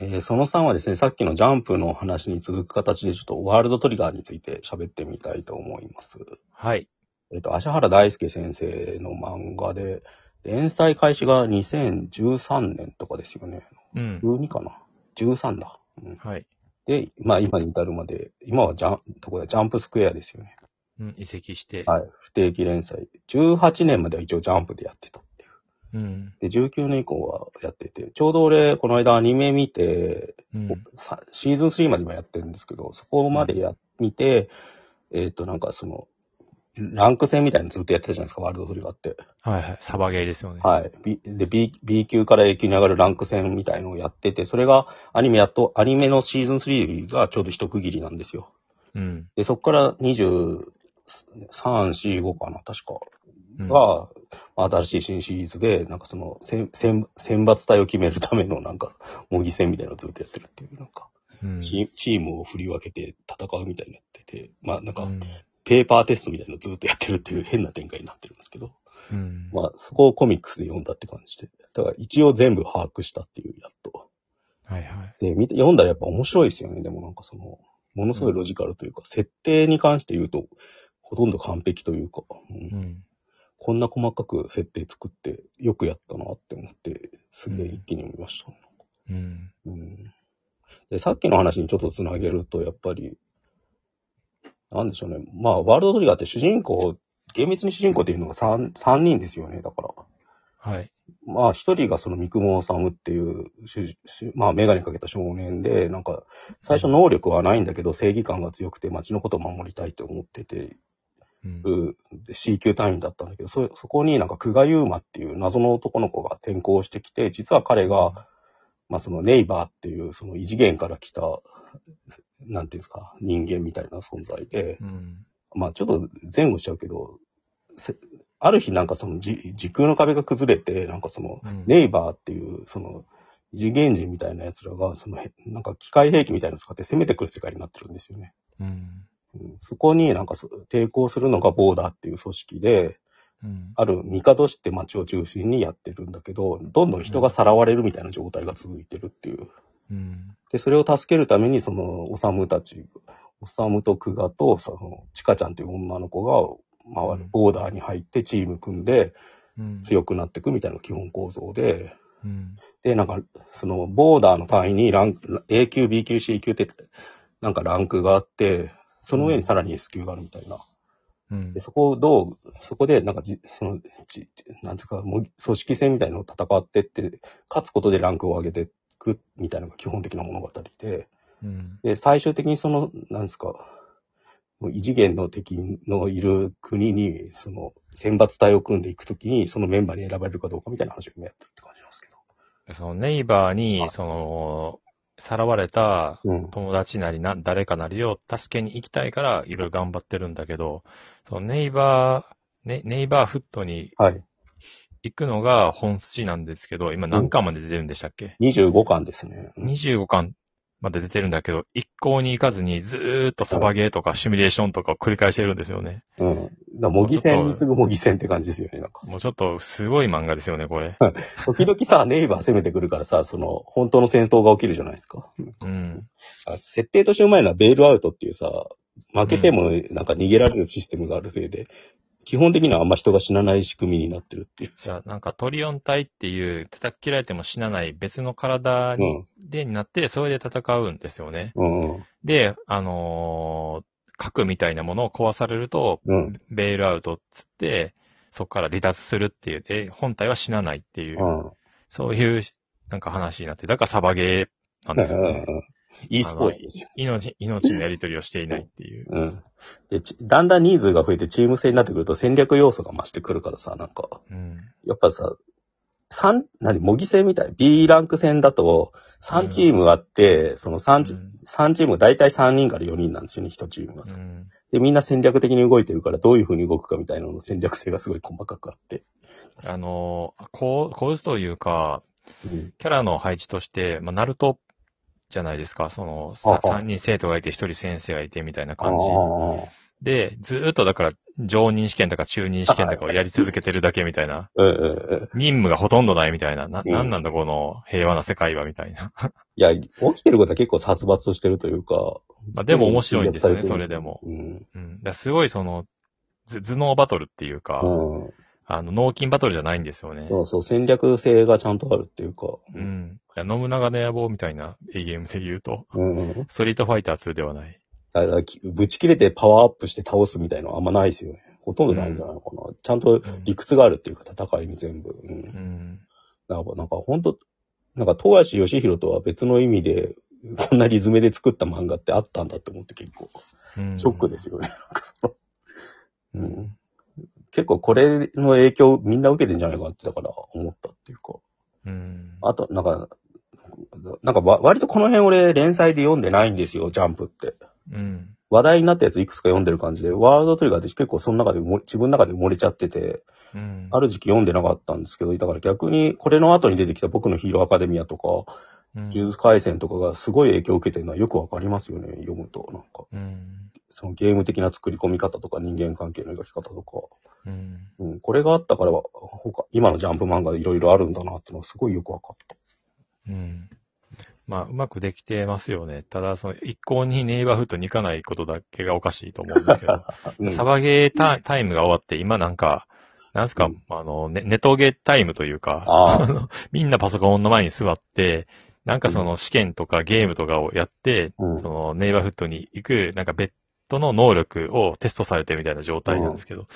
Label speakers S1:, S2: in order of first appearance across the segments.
S1: えーその3はですね、さっきのジャンプの話に続く形で、ちょっとワールドトリガーについて喋ってみたいと思います。
S2: はい。
S1: えっ、と、芦原大輔先生の漫画で、連載開始が2013年とかですよね。
S2: うん。
S1: 12かな ?13 だ。うん、
S2: はい。
S1: で、まあ今に至るまで、今はジャン、どこだ、ジャンプスクエアですよね。
S2: うん、移籍して。
S1: はい。不定期連載。18年までは一応ジャンプでやってたっていう。
S2: うん。
S1: で、19年以降はやってて、ちょうど俺、この間アニメ見て、
S2: うん。
S1: さシーズン3まで今やってるんですけど、そこまでや、見て、えっ、と、なんかその、ランク戦みたいなのずっとやってたじゃないですか、ワールドフリガーって。
S2: はいはい。サバゲーですよね。
S1: はい。B、で、B、B 級から A 級に上がるランク戦みたいのをやってて、それがアニメやっと、アニメのシーズン3がちょうど一区切りなんですよ。
S2: うん。
S1: で、そこから23、4、5かな、確か。
S2: うん、
S1: が、新しい新シリーズで、なんかその、選、選選抜隊を決めるための、なんか、模擬戦みたいなのをずっとやってるっていう、なんか、
S2: うん。
S1: チチームを振り分けて戦うみたいになってて、まあなん
S2: う
S1: か、
S2: ん
S1: ペーパーテストみたいなのをずっとやってるっていう 変な展開になってるんですけど、
S2: うん。
S1: まあそこをコミックスで読んだって感じで、だから一応全部把握したっていう、やっと。
S2: はいはい。
S1: で、見て、読んだらやっぱ面白いですよね。でもなんかその、ものすごいロジカルというか、設定に関して言うと、ほとんど完璧というか、うん
S2: うん。
S1: こんな細かく設定作って、よくやったなって思って、すげえ一気に見ました。
S2: うん。
S1: うんで、さっきの話にちょっとつなげると、やっぱり、なんでしょうね。まあ、ワールドトリガーって主人公、厳密に主人公っていうのが 3, 三人ですよね、だから。
S2: はい。
S1: まあ、一人がその三雲治っていう主人、主まあ、メガネかけた少年で、なんか、最初能力はないんだけど、正義感が強くて街のことを守りたいと思ってて、
S2: うん。
S1: で C 級隊員だったんだけど、そ、そこになんか久我優馬っていう謎の男の子が転校してきて、実は彼が、まあそのネイバーっていうその異次元から来た、なんていうんですか、人間みたいな存在で、
S2: うん。
S1: まあちょっと前後しちゃうけど、せある日なんかそのじ時空の壁が崩れて、なんかその
S2: うん
S1: ネイバーっていうその異次元人みたいな奴らが、そのへなんか機械兵器みたいなの使って攻めてくる世界になってるんですよね。
S2: うん。
S1: うんそこになんかそ抵抗するのがボーダーっていう組織で、
S2: うん。
S1: ある帝市って街を中心にやってるんだけど、どんどん人がさらわれるみたいな状態が続いてるっていう。
S2: うん。
S1: で、それを助けるために、その、おさむたち、おさむと久我と、その、ちかちゃんという女の子が、回
S2: う
S1: る
S2: ん、
S1: ボーダーに入ってチーム組んで
S2: うん。
S1: 強くなっていくみたいな基本構造で、
S2: うん。
S1: で、なんか、その、ボーダーの単位にランク、A 級、B 級、C 級って、なんかランクがあって、その上にさらに S 級があるみたいな。
S2: うん
S1: で、。そこをどう、そこで、なんかじ、その、じ、なんつうか、もう組織戦みたいなのを戦ってって、勝つことでランクを上げていくみたいなのが基本的な物語で、
S2: うん。
S1: で、最終的にその、なんですか、もう異次元の敵のいる国に、その、選抜隊を組んでいくときに、そのメンバーに選ばれるかどうかみたいな話を今やってるって感じなんですけ
S2: そのネイバー
S1: は
S2: に
S1: い、
S2: その、さらわれた
S1: ど。うん。
S2: 友達なりな、誰かなりを助けに行きたいから、いろいろ頑張ってるんだけど、そのネイバー、ネネイバーフットに
S1: はい。
S2: 行くのが本筋なんですけど、今何巻まで出てるんでしたっけ、
S1: 25巻ですね。うん
S2: ?25 巻まで出てるんだけど、一向に行かずにずーっとサバゲーとかシミュレーションとかを繰り返してるんですよね。
S1: うん。だから模擬戦に次ぐ模擬戦って感じですよね、なんか。
S2: もうちょっとすごい漫画ですよね、これ。
S1: 時々さ、ネイバー攻めてくるからさ、その、本当の戦争が起きるじゃないですか。
S2: うん。
S1: あ設定としてうまいのはベールアウトっていうさ、負けてもなんか逃げられるシステムがあるせいで、基本的にはあんま人が死なない仕組みになってるっていう
S2: じ
S1: さ。
S2: ゃあなんかトリオン隊っていう叩き切られても死なない別の体
S1: う
S2: に、
S1: ん。
S2: でになって、それで戦うんですよね。
S1: うん。
S2: で、あのー核みたいなものを壊されると、
S1: うん。
S2: ベールアウトっつって、そこから離脱するっていう、で、本体は死なないっていう
S1: う、ん。
S2: そういう、なんか話になって、だからサバゲーなん
S1: う
S2: ですよね。
S1: ん。いいスポーツですよ。
S2: 命、命のやり取りをしていないっていう。
S1: うん。で、ちだんだん人数が増えてチーム制になってくると戦略要素が増してくるからさ、なんか、
S2: うん。
S1: やっぱさ、三、何、模擬戦みたい。B ランク戦だと、3チームあって、その3チ、三チーム、だいたい3人から4人なんですよね、1チームが
S2: う。ん。
S1: で、みんな戦略的に動いてるから、どういう風に動くかみたいなのの戦略性がすごい細かくあって。
S2: あのー、こう、構図というか、
S1: うん。
S2: キャラの配置として、まあ、ナルトじゃないですか、その、さ
S1: ああ
S2: 三人生徒がいて、一人先生がいてみたい
S1: あ
S2: な
S1: あ
S2: 感じ。で、ずーっとだから、常任試験とか中任試験とかをやり続けてるだけみた いな。
S1: えええ
S2: 任務がほとんどないみたいな。な、
S1: うん
S2: なんなんだこの平和な世界はみたいな。
S1: いや、起きてることは結構殺伐してるというか。
S2: まあでも面白いんですよねそれでも
S1: うん。
S2: うん。だからすごいその、ず頭脳バトルっていうか、
S1: うん。
S2: あの、脳筋バトルじゃないんですよね。
S1: そうそう、戦略性がちゃんとあるっていうか。
S2: うん。だから信長の野望みたいな A ゲームで言うと、
S1: うん。
S2: ストリートファイター2ではない。
S1: だからきぶち切れてパワーアップして倒すみたいのはあんまないですよね。ほとんどないんじゃないのかな。ちゃんと
S2: うん
S1: 理屈があるっていうか、戦いに全部。うん。だ
S2: う
S1: から
S2: ん。
S1: なんか本当なんか、東橋義弘とは別の意味で、こんなリズムで作った漫画ってあったんだって思って結構、
S2: うん
S1: ショックで。すよね。なんかそのうん
S2: う
S1: ん。結構これの影響みんな受けてんじゃないかなってだから思ったっていうか。
S2: うん。
S1: あと、なんか、なんかわ割とこの辺俺連載で読んでないんですよ、ジャンプって。
S2: うん。
S1: 話題になったやついくつか読んでる感じで、ワールドトリガーって結構その中で埋も自分の中で埋もれちゃってて、
S2: うん。
S1: ある時期読んでなかったんですけど、だから逆にこれの後に出てきた僕のヒーローアカデミアとか、
S2: うん
S1: 呪術廻戦とかがすごい影響を受けてるのはよくわかりますよね、読むと。なんか、
S2: うん。
S1: そのゲーム的な作り込み方とか人間関係の描き方とか。
S2: うん。
S1: うん、これがあったからは、他、今のジャンプ漫画いろいろあるんだなってのはすごいよくわかった。
S2: うん。まあ、うまくできてますよね。ただ、その、一向にネイバーフットに行かないことだけがおかしいと思うんですけど、
S1: うん
S2: サバゲータタイムが終わって、今なんか、なんすか、
S1: うん
S2: あの、ネネトゲタイムというか、
S1: ああ、
S2: みんなパソコンの前に座って、なんかその試験とかゲームとかをやって、
S1: うん
S2: そのネイバーフットに行く、なんか別途の能力をテストされてみたいな状態なんですけど、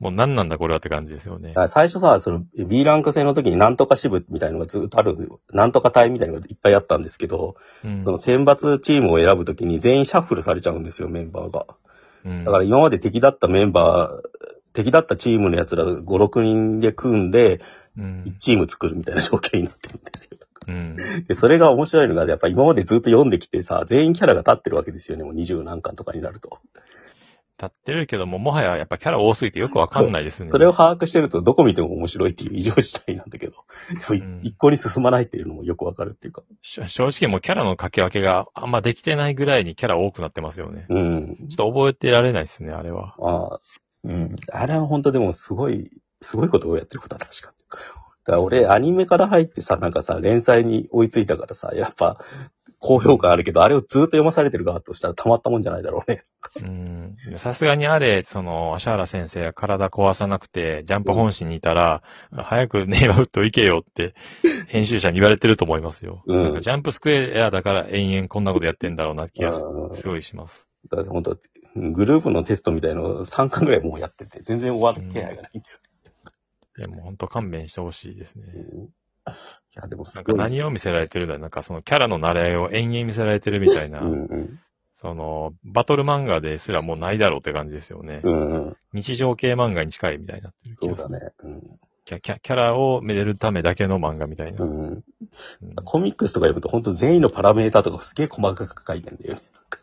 S2: もう何なんだこれはって感じですよね
S1: だか。ら最初さ、その B ランク戦の時になんとか支部みたいなのがずっとある、なんとか隊みたいなのがいっぱいあったんですけど、
S2: うん
S1: その選抜チームを選ぶ時に全員シャッフルされちゃうんですよ、メンバーが。
S2: うん
S1: だから今まで敵だったメンバー、敵だったチームの奴ら5、6人で組んで、
S2: うん
S1: 1チーム作るみたいな状況になってるんですよ。
S2: うん
S1: で、それが面白いのが、やっぱ今までずっと読んできてさ、全員キャラが立ってるわけですよね、もう20何巻とかになると。
S2: 立ってるけども、もはややっぱキャラ多すぎてよくわかんないですね。
S1: それを把握してると、どこ見ても面白いっていう異常事態なんだけど、でもい
S2: うん
S1: 一向に進まないっていうのもよくわかるっていうか。
S2: しょ正直もうキャラの掛け分けがあんまできてないぐらいにキャラ多くなってますよね。
S1: うん。
S2: ちょっと覚えてられないですね、あれは。
S1: ああ、うん。あれは本当でもすごい、すごいことをやってることは確かに。だから俺、アニメから入ってさ、なんかさ、連載に追いついたからさ、やっぱ、高評価あるけど、あれをずっと読まされてる側としたらたまったもんじゃないだろうね。
S2: うん。さすがにあれ、その、芦原先生が体壊さなくて、ジャンプ本誌にいたら、早くネイバーフット行けよって、編集者に言われてると思いますよ。
S1: うん
S2: なんかジャンプスクエアだから延々こんなことやってんだろうな気がす
S1: うん
S2: すごいします。
S1: だって本当、うんグループのテストみたいの3巻ぐらいもうやってて、全然終わる気配がないんだよ
S2: いや、もうほんと勘弁してほしいですね。
S1: ね。うんいや、でもす
S2: なん
S1: ご
S2: か
S1: い。
S2: 何を見せられてるんだなんかそのキャラの慣れを延々見せられてるみたいな、
S1: うんうん。
S2: その、バトル漫画ですらもうないだろうって感じですよね。
S1: うんうん。
S2: 日常系漫画に近いみたいになってる気
S1: そう
S2: がする
S1: だね。うん
S2: キャキャキャラをめでるためだけの漫画みたいな。
S1: うん。
S2: うん
S1: コミックスとか読むと本当全員のパラメータとかすげえ細かく書いてんだよね。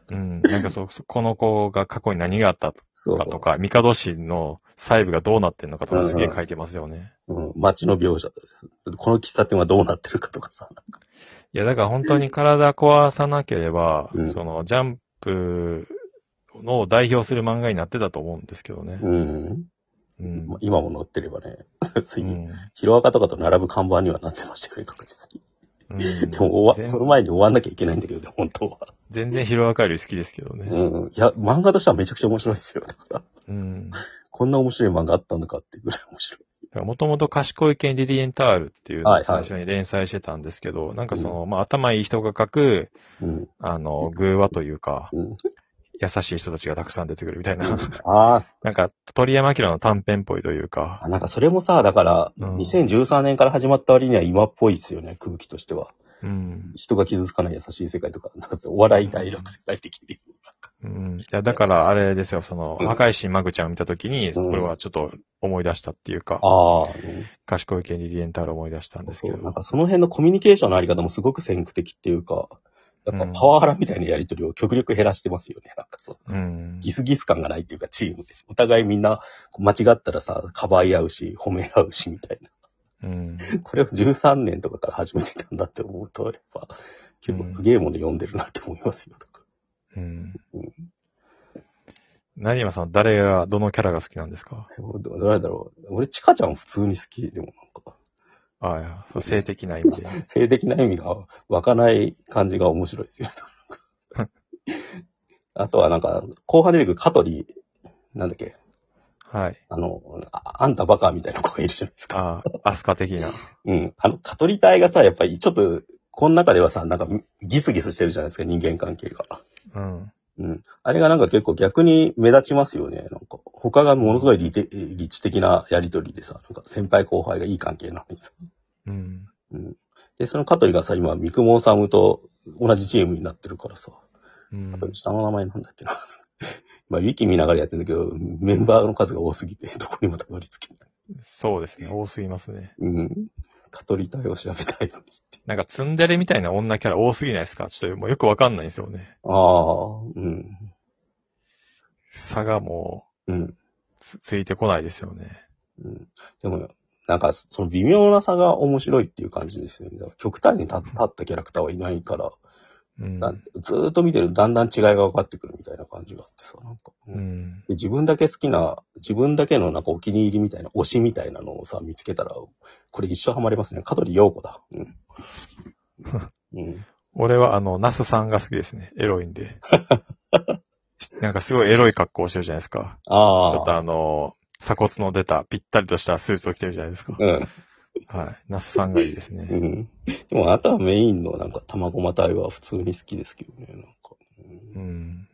S2: うん。なんかそ、そ この子が過去に何があったと
S1: そう
S2: か
S1: そ
S2: と
S1: う。
S2: か、帝氏の細部がどうなってんのかとか
S1: うん
S2: すげえ書いてますよね。
S1: うん、街の描写。この喫茶店はどうなってるかとかさ。
S2: いや、だから本当に体壊さなければ、
S1: うん
S2: その、ジャンプを代表する漫画になってたと思うんですけどね。
S1: うん。
S2: うん。
S1: 今も載ってればね。
S2: う
S1: ついに、
S2: ん
S1: ヒロアカとかと並ぶ看板にはなってましたよね、確実に。
S2: う ん
S1: でも終
S2: 全
S1: わ、その前に終わんなきゃいけないんだけどね、本当は。
S2: 全然ヒロアカより好きですけどね。
S1: うん。いや、漫画としてはめちゃくちゃ面白いですよ。だから、
S2: うん。
S1: こんな面白い漫画あったのかっていうぐらい面白い。
S2: もともと賢い系リリエンタールっていうの
S1: は
S2: を
S1: いは
S2: 最
S1: い
S2: 初に連載してたんですけど、なんかその、まあ、頭いい人が書く、
S1: うん。
S2: あの、偶話というか、
S1: うん、
S2: 優しい人たちがたくさん出てくるみたいな、
S1: あー
S2: なんか鳥山明の短編っぽいというか、
S1: あ、なんかそれもさ、だから、
S2: うん
S1: 2013年から始まった割には今っぽいですよね、空気としては。
S2: うん。
S1: 人が傷つかない優しい世界とか、なんかお笑い大学世界的に。
S2: うん。いや、だからあれですよ、その、
S1: うん
S2: 破壊神マグちゃんを見たときに、
S1: うん
S2: これはちょっと思い出したっていうか、
S1: ああ、うん
S2: 賢い系リリエンタールを思い出したんです
S1: そう、
S2: け
S1: なん
S2: ど、
S1: かその辺のコミュニケーションのあり方もすごく先駆的っていうか、やっぱパワハラみたいなやりとりを極力減らしてますよね。なんかそう、
S2: うん。
S1: ギスギス感がないっていうか、チームで。お互いみんな間違ったらさ、かばい合うし、褒め合うしみたいな。
S2: うん。
S1: これを13年とかから始めてたんだって思うと、やっぱ、結構すげえもの読んでるなって思いますよ。だから
S2: うん。成山さん、誰が、どのキャラが好きなんですか
S1: ど誰だろう。俺、チカちゃん普通に好き。でもなんか、
S2: ああいや、そう性的な意味で。
S1: 性的な意味が湧かない感じが面白いですよ。あとはなんか、後半出てくるカトリー、なんだっけ、
S2: はい。
S1: あの、ああんたバカみたいな子がいるじゃないですか。
S2: ああ、アスカ的な。
S1: うん。あの、カトリ隊がさ、やっぱりちょっと、この中ではさ、なんかギスギスしてるじゃないですか、人間関係が。
S2: うん。
S1: うん。あれがなんか結構逆に目立ちますよね。なんか、他がものすごい理て理知的なやりとりでさ、なんか先輩後輩がいい関係なのにさ。
S2: うん。
S1: うん。で、その香取がさ、今、三雲治と同じチームになってるからさ、
S2: うん。
S1: 下の名前なんだっけな。 まあ、ウィキ見ながらやってんだけど、メンバーの数が多すぎて、 どこにもたどり着けない。
S2: そうですね。多すぎますね。
S1: うん。香取隊を調べたいのに。
S2: なんかツンデレみたいな女キャラ多すぎないですかちょっともうよくわかんないんですよね。
S1: ああ、うん。
S2: 差がも
S1: うん。
S2: うつついてこないですよね。
S1: うん。でも、なんか、その微妙な差が面白いっていう感じですよね。だから極端に立立ったキャラクターはいないから、
S2: うん。
S1: だずーっと見てるとだんだん違いが分かってくるみたいな感じがあってさ、なんか、う
S2: うん
S1: で
S2: ん。
S1: 自分だけ好きな、自分だけのなんかお気に入りみたいな、推しみたいなのをさ、見つけたら、これ一生ハマりますね。香取陽子だ。 うん。うん、
S2: 俺はあの、ナスさんが好きですね。エロい んで。なんかすごいエロい格好してるじゃないですか。ちょっ
S1: あ
S2: と
S1: あ。
S2: あの、鎖骨の出たぴったりとしたスーツを着てるじゃないですか。
S1: うん。
S2: はい。ナスさんがいいです
S1: う
S2: ね。
S1: ん。でも、あとはメインのなんか、卵またいは普通に好きですけどね、なんか。うん
S2: うん。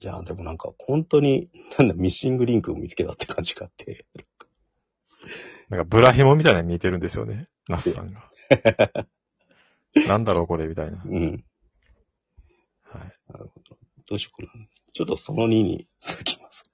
S1: いや、でもなんか、本当に、なんだ、ミッシングリンクを見つけたって感じがあって。
S2: なんかブラヒモみたいなの見えてるんですよね。ナスさ んが。なんだろうこれみたいな。
S1: うん。
S2: はい。
S1: どうしようかな。ちょっとその2に続きます。